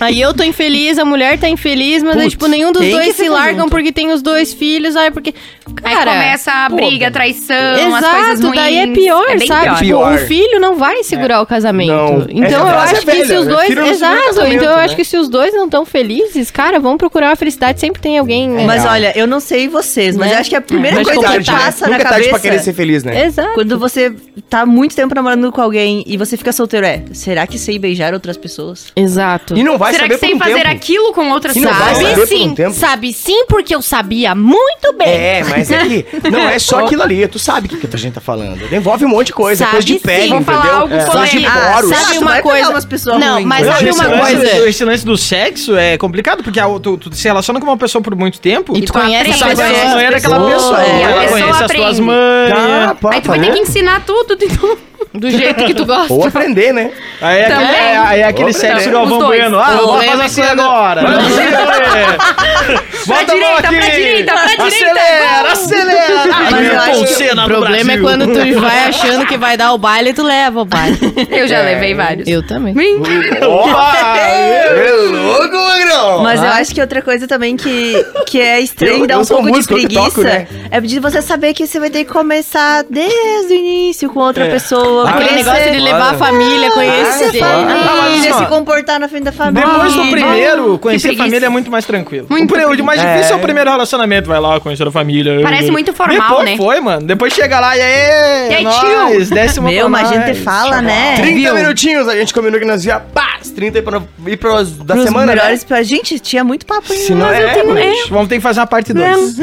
Aí eu tô infeliz, a mulher tá infeliz, mas aí, Putz, tipo, nenhum dos tem que dois se ficar largam junto. porque tem os dois filhos. Aí porque. Aí Cara, começa a pô, briga, a traição, as coisas Exato, ruins. daí é pior, bem sabe? pior. Tipo, Pior. É. o filho não vai segurar o casamento. Não. Essa Então eu frase acho é que velha, se os né? dois. Filho não segura Exato, casamento, então eu né? acho que se os dois não estão felizes, cara, vão procurar uma felicidade. Sempre tem É alguém. né? Mas olha, eu não sei vocês, mas Né? eu acho que a primeira Mas coisa como tipo, que tá? passa Nunca na é tarde pra querer ser cabeça... feliz, né? Exato. Quando você tá muito tempo namorando com alguém e você fica solteiro, é, será que sei beijar outras pessoas? Exato. E não vai Será saber que por um sem fazer tempo. aquilo com outras E não vai pessoas? saber por um tempo. sabe sim, porque eu sabia muito É, mas é que não é só aquilo ali. Tu sabe o que, que a gente tá falando. Envolve um monte de coisa. Sabe coisa de sim. pele, Vou falar entendeu? algo É. Coisa sobre- de Ah, poros. Ah, Sabe tu uma vai pegar coisa. umas pessoas não, ruins, mas né? sabe esse, uma lance, coisa. esse lance do sexo é complicado, porque a- tu, tu se relaciona com uma pessoa por muito tempo tá E tu tu conhece aprende essa sabe as a pessoas. pessoa. manha daquela pessoas. pessoa. É, a ela pessoa conhece as aprende. tuas manhas. Tá, pá, Aí tu tá vai ter que vendo? ensinar tudo, então. Do jeito que tu gosta. Ou aprender, né? Aí é aquele, Também. é- aí é aquele Opa, sexo também. Galvão Os dois. Bueno. Ah, Eu vamos lembro fazer assim quando- agora. Volta a mão direita, pra aqui. direita, pra direita, Acelera, vamos. acelera. Mas eu acho que O problema é quando tu vai achando que vai dar o baile e tu leva o baile. É. Eu já levei vários. Hum, Eu também. Mentira. Opa! Ô, louco, magrão! Mas eu acho que outra coisa também que, que é estranho Eu- e dá eu um sou pouco de músico, eu que preguiça toco, né? é de você saber que você vai ter que começar desde o início com outra É. pessoa. Ah, Aquele conhecer- negócio de levar a família, conhecer. claro. Ah, mas filha, assim, ó, se comportar na frente da Ah, família. Depois do Ai, primeiro, conhecer Ah, a preguiça. família é muito mais tranquilo. Muito o, pre- o mais preguiça. difícil é. É. o primeiro relacionamento. Vai lá, conhecer a família. Parece muito formal, Depois né? foi, mano. Depois chega lá e aí. E aí, nós, décimo Meu, pra mas a nós. gente fala, né? 30 minutinhos, a gente combinou que nós ia, pá, os 30 e pra ir pra da Pros semana, né? melhores pra gente, tinha muito papo ainda. Se não é, mas- Vamos ter que fazer uma parte 2.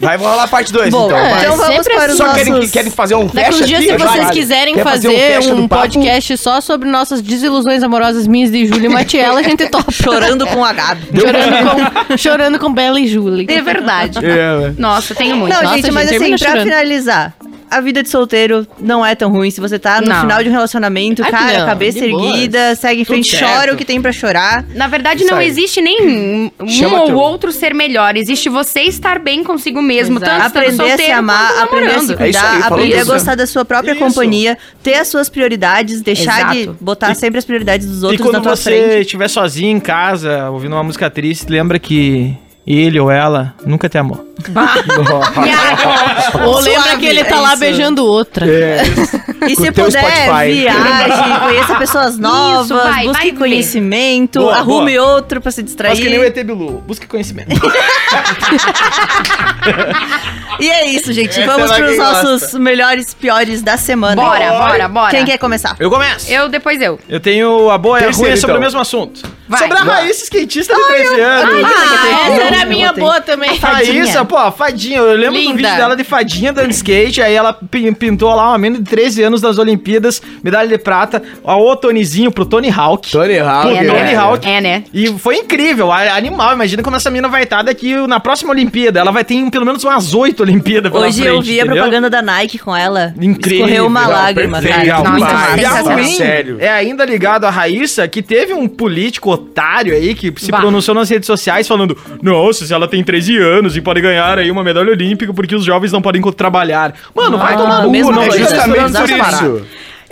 Vai rolar a parte 2, Bom, então. então, vai. é, vamos para sempre os assim. Só nossos... querem, querem fazer um Daqui teste um dia, aqui? se Vai. vocês quiserem Quer fazer, teste um, do papo? podcast só sobre nossas desilusões amorosas minhas de Júlia e Matiela, a gente topa. Chorando com a Gabi. Chorando com, chorando com Bela e Júlia. É verdade. É, né? Nossa, tenho muito. Não, Nossa, gente, mas gente, assim, termina pra chorando. finalizar, a vida de solteiro não é tão ruim. Se você tá no Não. final de um relacionamento, Ai, cara, não, cabeça de boas. erguida, segue em frente, chora o que tem pra chorar. Na verdade, Isso não aí. existe nem um Chama ou teu- outro ser melhor. Existe você estar bem consigo mesmo, Exato. tanto estando aprender a se solteiro amar, quanto aprender a se namorando. É isso cuidar, aí, falou aprender a isso. gostar da sua própria Isso. companhia, ter as suas prioridades, deixar Exato. de botar sempre as prioridades dos E outros na quando tua você frente. estiver sozinho em casa, ouvindo uma música triste, lembra que ele ou ela nunca te amou. Ou lembra Suave, que ele tá é lá isso. beijando outra. E se o teu puder, Spotify. viaje, conheça pessoas novas, vai, busque vai ver. conhecimento, Boa, arrume outro pra se distrair. Mas que nem o ET Bilu, busque conhecimento. E é isso, gente. Essa Vamos é lá pros quem gosta. nossos melhores piores da semana. Bora, bora, bora. Quem quer começar? Eu começo. Eu, depois eu. Eu tenho a boa e a ruim Terceiro, é sobre o então. mesmo assunto. Vai. sobre a Vai. Raíssa skatista de 13 anos. Ah, essa era a Eu minha botei. boa também. Tá Raíssa, pô, a É fadinha. Eu lembro do Linda. vídeo dela de fadinha dando skate. Aí ela pin- pintou lá uma menina de 13 anos das Olimpíadas, medalha de prata. Ó, o Tonizinho pro Tony Hawk. Tony Hawk. Pô, É, Tony né? Hawk. É, né? E foi incrível, a- animal. Imagina como essa menina vai estar daqui na próxima Olimpíada. Ela vai ter um- pelo menos umas oito Olimpíadas pela Hoje eu frente, vi a entendeu? propaganda da Nike com ela. Incrível. Escorreu uma Não, lágrima, né? perfeito. cara. Legal, Nossa, E vai. a sensacional. ruim Sério. é ainda ligado à Raíssa, que teve um político otário aí que se Bah. pronunciou nas redes sociais falando: Nossa, se ela tem 13 anos e pode ganhar aí uma medalha olímpica porque os jovens não podem co- trabalhar. Mano, Ah, vai tomar no cu, mesmo não que É vai eles justamente estudam por essa isso.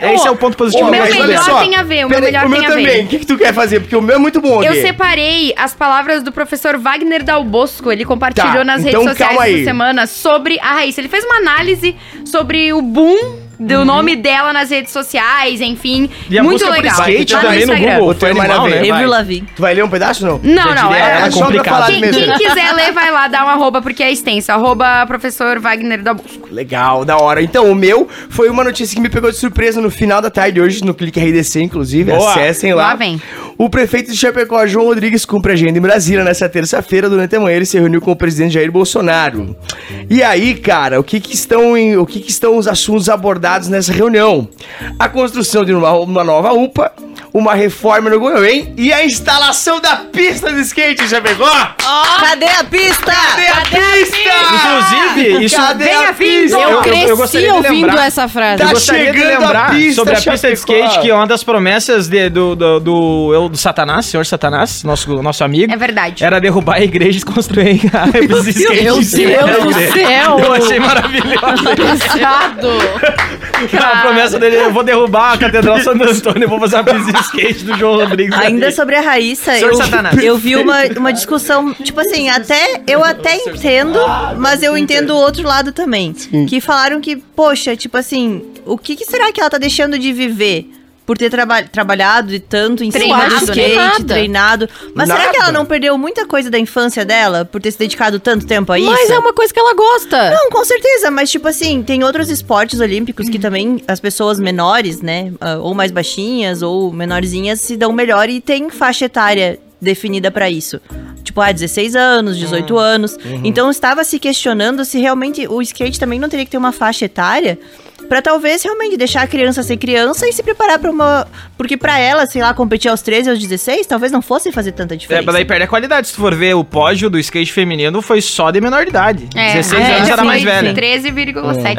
Esse é o ponto positivo o da meu Raíssa. melhor Só, tem a ver, o meu peraí, melhor O meu tem a ver. também. O que, que tu quer fazer? Porque o meu é muito bom, Eu Gui. separei as palavras do professor Wagner Dal Bosco. Ele compartilhou Tá, nas então redes sociais calma essa aí. semana sobre a Raíssa. Ele fez uma análise sobre o boom do nome dela nas redes sociais, enfim. Uhum. E a muito música por legal. skate Lá no também no Instagram. Google. O teu é Foi mais animal, a ver, né? Avril vai. Lavigne. Tu vai ler um pedaço ou não? Não, não, diria, é, era só pra complicado. falar de Quem, mesa. quem quiser ler, vai lá dar um arroba, porque é extenso. Arroba professor Wagner da Bosco. Legal, da hora. Então, o meu foi uma notícia que me pegou de surpresa no final da tarde hoje, no Clique RDC, inclusive. Boa. Acessem lá. Lá vem. O prefeito de Chapecó, João Rodrigues, cumpre agenda em Brasília nessa terça-feira. Durante a manhã, ele se reuniu com o presidente Jair Bolsonaro. E aí, cara, o que, que estão em- o que, que estão os assuntos abordados nessa reunião? A construção de uma, uma nova UPA, uma reforma no Goiânia e a instalação da pista de skate em Chapecó. Cadê a pista? Cadê a pista? Inclusive, isso Cadê a pista? Eu, cresci gostaria de ouvindo lembrar- essa frase. Eu Tá gostaria de chegando lembrar a pista, sobre a pista de Chapecó. skate, que é uma das promessas de- do, do, do- eu- do Satanás, senhor Satanás, nosso, nosso amigo. É verdade. Era derrubar a igreja e construir a pista de skate. Meu Deus do céu! Eu achei maravilhoso. Pesado. A promessa dele, eu vou derrubar a Catedral Santo Antônio, eu vou fazer uma pista de skate do João Rodrigues. Ainda assim, sobre a Raíssa, Senhor eu, Satanás. eu vi uma, uma discussão, tipo assim, até eu até entendo, mas eu entendo o outro lado também. Que falaram que, poxa, tipo assim, o que, que será que ela tá deixando de viver? Por ter traba- trabalhado e tanto em cima Treinado, do né? skate, Nada. treinado. Mas será que Nada. ela não perdeu muita coisa da infância dela por ter se dedicado tanto tempo a isso? Mas é uma coisa que ela gosta. Não, com certeza, mas tipo assim, tem outros esportes olímpicos que também as pessoas menores, né, ah, ou mais baixinhas ou menorzinhas se dão melhor e tem faixa etária definida pra isso. Tipo, ah, 16 anos, 18 Ah, anos. uhum. Então estava se questionando se realmente o skate também não teria que ter uma faixa etária pra talvez realmente deixar a criança ser criança e se preparar pra uma, porque pra ela, sei lá, competir aos 13 aos 16, talvez não fosse fazer tanta É, diferença. mas aí perde a qualidade. Se tu for ver o pódio do skate feminino, foi só de menor idade. 16 a anos média era É, mais foi velha. 13,7. se É que não me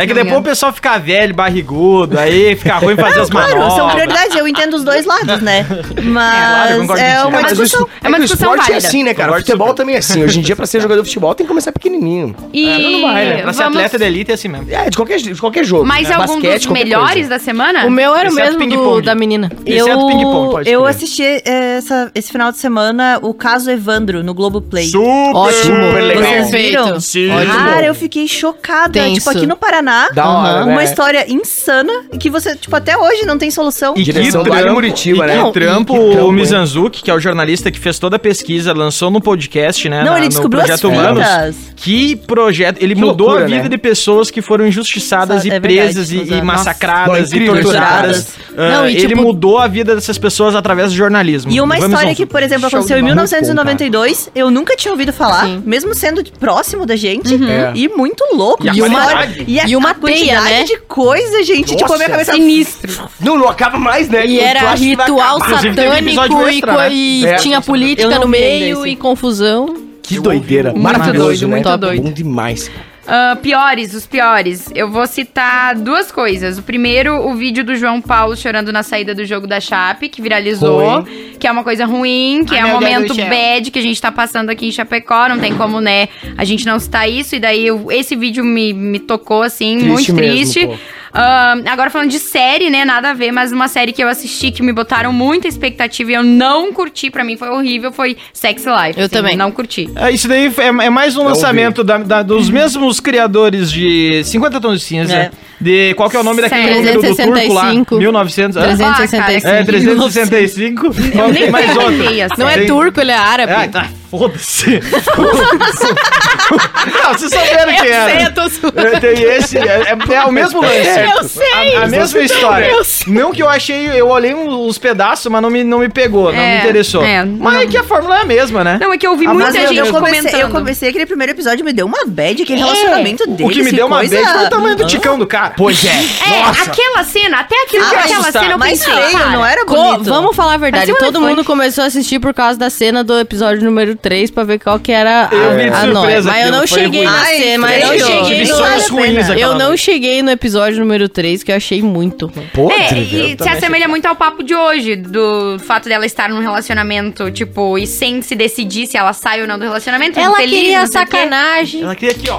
depois o engano. pessoal fica velho, barrigudo, aí fica ruim fazer as Claro, manobras. são prioridades, eu entendo os dois lados, né? É, eu Mas concordo é, contigo. uma Mas o discussão. estu- é uma que o discussão esporte válida. é assim, né, cara? O Concordo futebol também é assim. Hoje em dia, pra ser jogador de futebol, tem que começar pequenininho. E Não vai, né? Pra ser vamos- atleta de elite é assim mesmo. É, de qualquer, de qualquer jogo. Mas né? algum basquete, dos qualquer melhores coisa. da semana? é. O meu era o mesmo Exceto do- ping-pong. da menina. Exceto eu... ping-pong, pode Eu crer. assisti eh, essa- esse final de semana o caso Evandro no Globoplay. Super! Ah, Ótimo. Super legal. Vocês viram? Sim. Cara, eu fiquei chocada. Tenso. Tipo, aqui no Paraná, Da hora, uma né? história insana que você, tipo, até hoje não tem solução. E Direção que do Águia trampo, Muritiba, e né? que Não, e trampo que trampo, o hein? Mizanzuki, que é o jornalista que fez toda a pesquisa, lançou no podcast, né? não, na- ele descobriu no as Projeto fitas. Humanos. Que projeto. Ele Que mudou loucura, a vida né? de pessoas que foram injustiçadas É e verdade, presas e- e, Suzana. massacradas Nossa. e Torturadas. torturadas. Ah, Não, e Ele tipo- mudou a vida dessas pessoas através do jornalismo. E uma Vamos, história Zonzo. que, por exemplo, Show aconteceu em de bola. 1992, eu nunca tinha ouvido falar, Sim. Uhum. mesmo sendo próximo da gente, É. e muito louco. E a de qualidade. história. e a, E uma a quantidade teia, né? de coisa, gente. Tipo, a minha Nossa. cabeça... Sinistro. Não, não acaba mais, né? E Tu- tu era acha que vai ritual acabar. Inclusive, teve satânico episódio e, extra, co- né? e É. tinha Eu política não no vi ainda meio esse. e confusão. Que doideira. Muito Maravilhoso, doido, né? muito doido. Bom demais. Ah, piores, os piores. Eu vou citar duas coisas. O primeiro, o vídeo do João Paulo chorando na saída do jogo da Chape, que viralizou, que é uma coisa ruim, que Ai, é um meu Deus momento do céu. bad que a gente tá passando aqui em Chapecó, não tem como, né, a gente não citar isso. E daí eu- esse vídeo me, me tocou, assim, muito mesmo, triste. pô. Ah, agora falando de série, né? Nada a ver, mas uma série que eu assisti que me botaram muita expectativa e eu não curti, pra mim foi horrível, foi Sex Life. assim, Eu também. Não curti. É, isso daí é, é mais um Não lançamento da- da- dos mesmos criadores de 50 Tons de Cinza. Uhum. É. De qual que é o nome daquele número do turco lá? 365. 1900. hã? Ah. É, 365. nem mais sei, outro. essa. Não é Tem- turco, ele é árabe. Ah, tá, foda-se. Não, vocês É souberam eu quem sei, era. eu tô zoando. É, Tem esse, é, é- é o mesmo lance. Eu sei. A, a mesma história. Não que eu achei, eu olhei um, uns pedaços, mas não me, não me pegou, não É, me interessou. é, mas é não. que a fórmula é a mesma, né? Não, é que eu ouvi Ah, muita mas eu, gente eu comecei, eu comentando. comecei aquele primeiro episódio, me deu uma bad, aquele relacionamento dele. o que me deu uma vez foi o tamanho Ah, do ticão do cara. Pois é. É, aquela cena, até aquilo, Ah, aquela tá, assustar. cena eu mas pensei, feio, cara, não era Co- bonito. vamos falar a verdade. Parecia um Todo elefante. mundo começou a assistir por causa da cena do episódio número 3 pra ver qual que era a, Eu vi de a surpresa Mas eu aquilo, não foi cheguei ruim. na Ai, cena, mas feio. eu Eu cheguei tive no... sonhos ruins aquela Eu não noite. cheguei no episódio número 3, que eu achei muito ruim. É, Podre, e velho. se assemelha muito ao papo de hoje, do fato dela estar num relacionamento, tipo, e sem se decidir se ela sai ou não do relacionamento. Ela feliz, queria não sei o quê. sacanagem. Ela queria aqui, ó.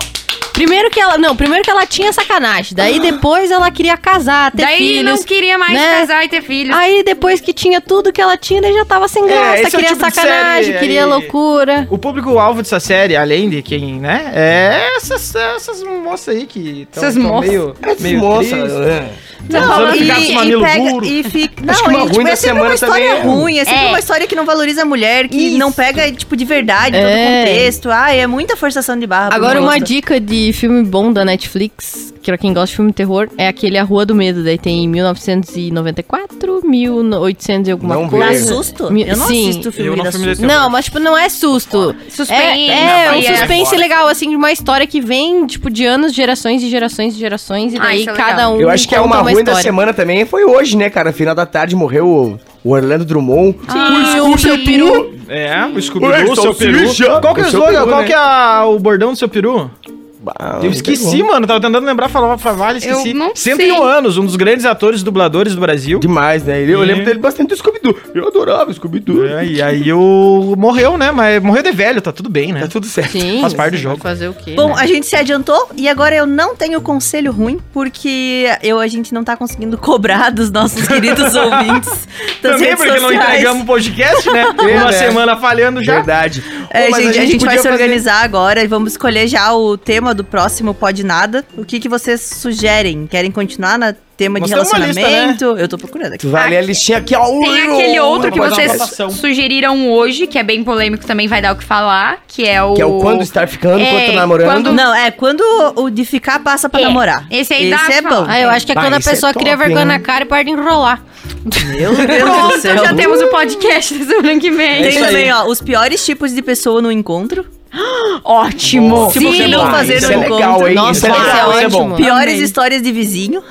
Primeiro que ela... Não, primeiro que ela tinha sacanagem. Daí depois ela queria casar, ter Ah. Daí filhos. não queria mais né? casar e ter filhos. Aí depois que tinha tudo que ela tinha, daí já tava sem graça. esse é o queria tipo de sacanagem, série, queria aí- loucura. O público-alvo dessa série, além de quem, né? É essas, essas moças aí que tão, Essas tão moças. meio, É meio tristes. né? Não, Precisando ficar com os e mamilos duros. e fica. Não, Acho que uma e, tipo, ruim da é sempre semana uma história também é ruim. ruim, é sempre É. uma história que não valoriza a mulher, que não pega, tipo, de verdade todo É. o contexto. Ai, é muita forçação de barra. pra Agora, uma outra. dica de filme bom da Netflix, que pra quem gosta de filme de terror, é aquele A Rua do Medo. Daí tem 1994, 1800 e alguma Não Dá coisa. susto? Mi- Eu não Sim. assisto filme Eu não da filme susto. Não, mas tipo, não é susto. Suspense, É, é um é. suspense legal, assim, de uma história que vem, tipo, de anos, gerações e gerações e gerações. E Ah, daí isso é legal. cada um Eu acho que é conta uma ruim da história. semana também. Foi hoje, né, cara? Final da tarde morreu o- o Orlando Drummond. Sim, o seu peru. É, o Ué, Scooby-Doo, seu peru. salsicha. Qual que é o O seu slogan? peru, Qual né? que é a- o bordão do seu peru? Ah, Eu esqueci, mano. Tava tentando lembrar, falava pra Vale, Eu esqueci. não 101 sei. anos, um dos grandes atores e dubladores do Brasil. Demais, né? Ele- Eu É. lembro dele bastante do Scooby-Doo. Eu adorava o Scooby-Doo. É, e aí o... morreu, né? Mas morreu de velho, tá tudo bem, né? Tá tudo certo. Sim. Faz parte do jogo. Fazer o quê? né? Bom, a gente se adiantou e agora eu não tenho conselho ruim, porque eu, a gente não tá conseguindo cobrar dos nossos queridos ouvintes. das Também redes porque não sociais. entregamos o podcast, né? Uma né? semana falhando já. Verdade. É, Pô, mas gente, a gente, vai se podia fazer- organizar agora e vamos escolher já o tema do próximo Pode Nada. O que, que vocês sugerem? Querem continuar na tema de Nós temos uma lista, relacionamento? Eu tô procurando aqui. Tu vai ler a listinha aqui, ó. Tem aquele outro que Vamos fazer uma vocês votação. sugeriram hoje, que é bem polêmico também, vai dar o que falar, que é o... Que é o quando estar ficando, É, quando tá namorando. quando- Não, é quando o de ficar passa pra É, namorar. esse aí dá é pra bom. falar. Ah, eu acho que é Vai, quando a isso é pessoa top, cria vergonha hein? na cara e para de enrolar. Meu Deus do Pronto, céu. já temos o podcast da semana que vem. tá Tem também, ó, os piores tipos de pessoa no encontro. Ótimo. Se você não fazer isso no é encontro. legal, hein? Nossa, isso é esse legal, é isso é ótimo. bom. Piores Amei. histórias de vizinho.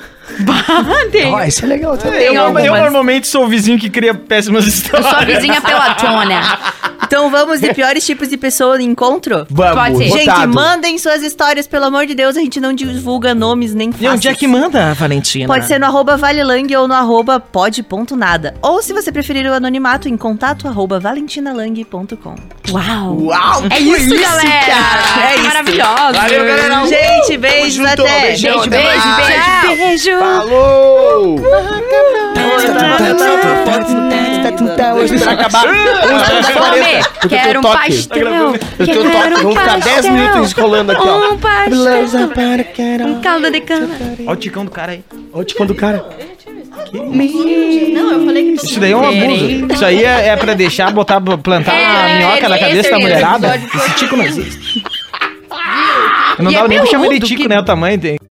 tem. Ó, isso é legal também. Eu, Tem eu algumas. normalmente sou o vizinho que cria péssimas Eu sou a histórias. vizinha pelatona. Então vamos É. de piores tipos de pessoa no encontro? Vamos, Pode ser. Gente, votado. mandem suas histórias, pelo amor de Deus, a gente não divulga nomes nem E faces. onde é que manda, Valentina? Pode ser no arroba valelang ou no arroba pode.nada. Ou se você preferir o anonimato, em contato arroba valentinalang.com. Uau! Uau, É isso, galera! É isso. Maravilhoso! Valeu, galera. Uhul. Gente, beijos, junto, até! beijão. Beijo, Até beijo, mais. beijo, beijo! Falou! Hoje pra acabar. Fome! Quero um pastel! Quero um Vamos ficar 10 minutos pastel! rolando aqui, ó. Um pastel! Beleza, para, quero. Um caldo de cana! Olha o ticão do cara aí. Olha o ticão do cara. Não, eu falei que Isso daí é um abuso. Isso aí é, é pra deixar, botar, plantar É, a minhoca ele- na cabeça esse da é o mulherada. episódio Esse tico não existe. Eu não E é dava nem pra chamar ele peludo, de tico, que- né? O tamanho tem.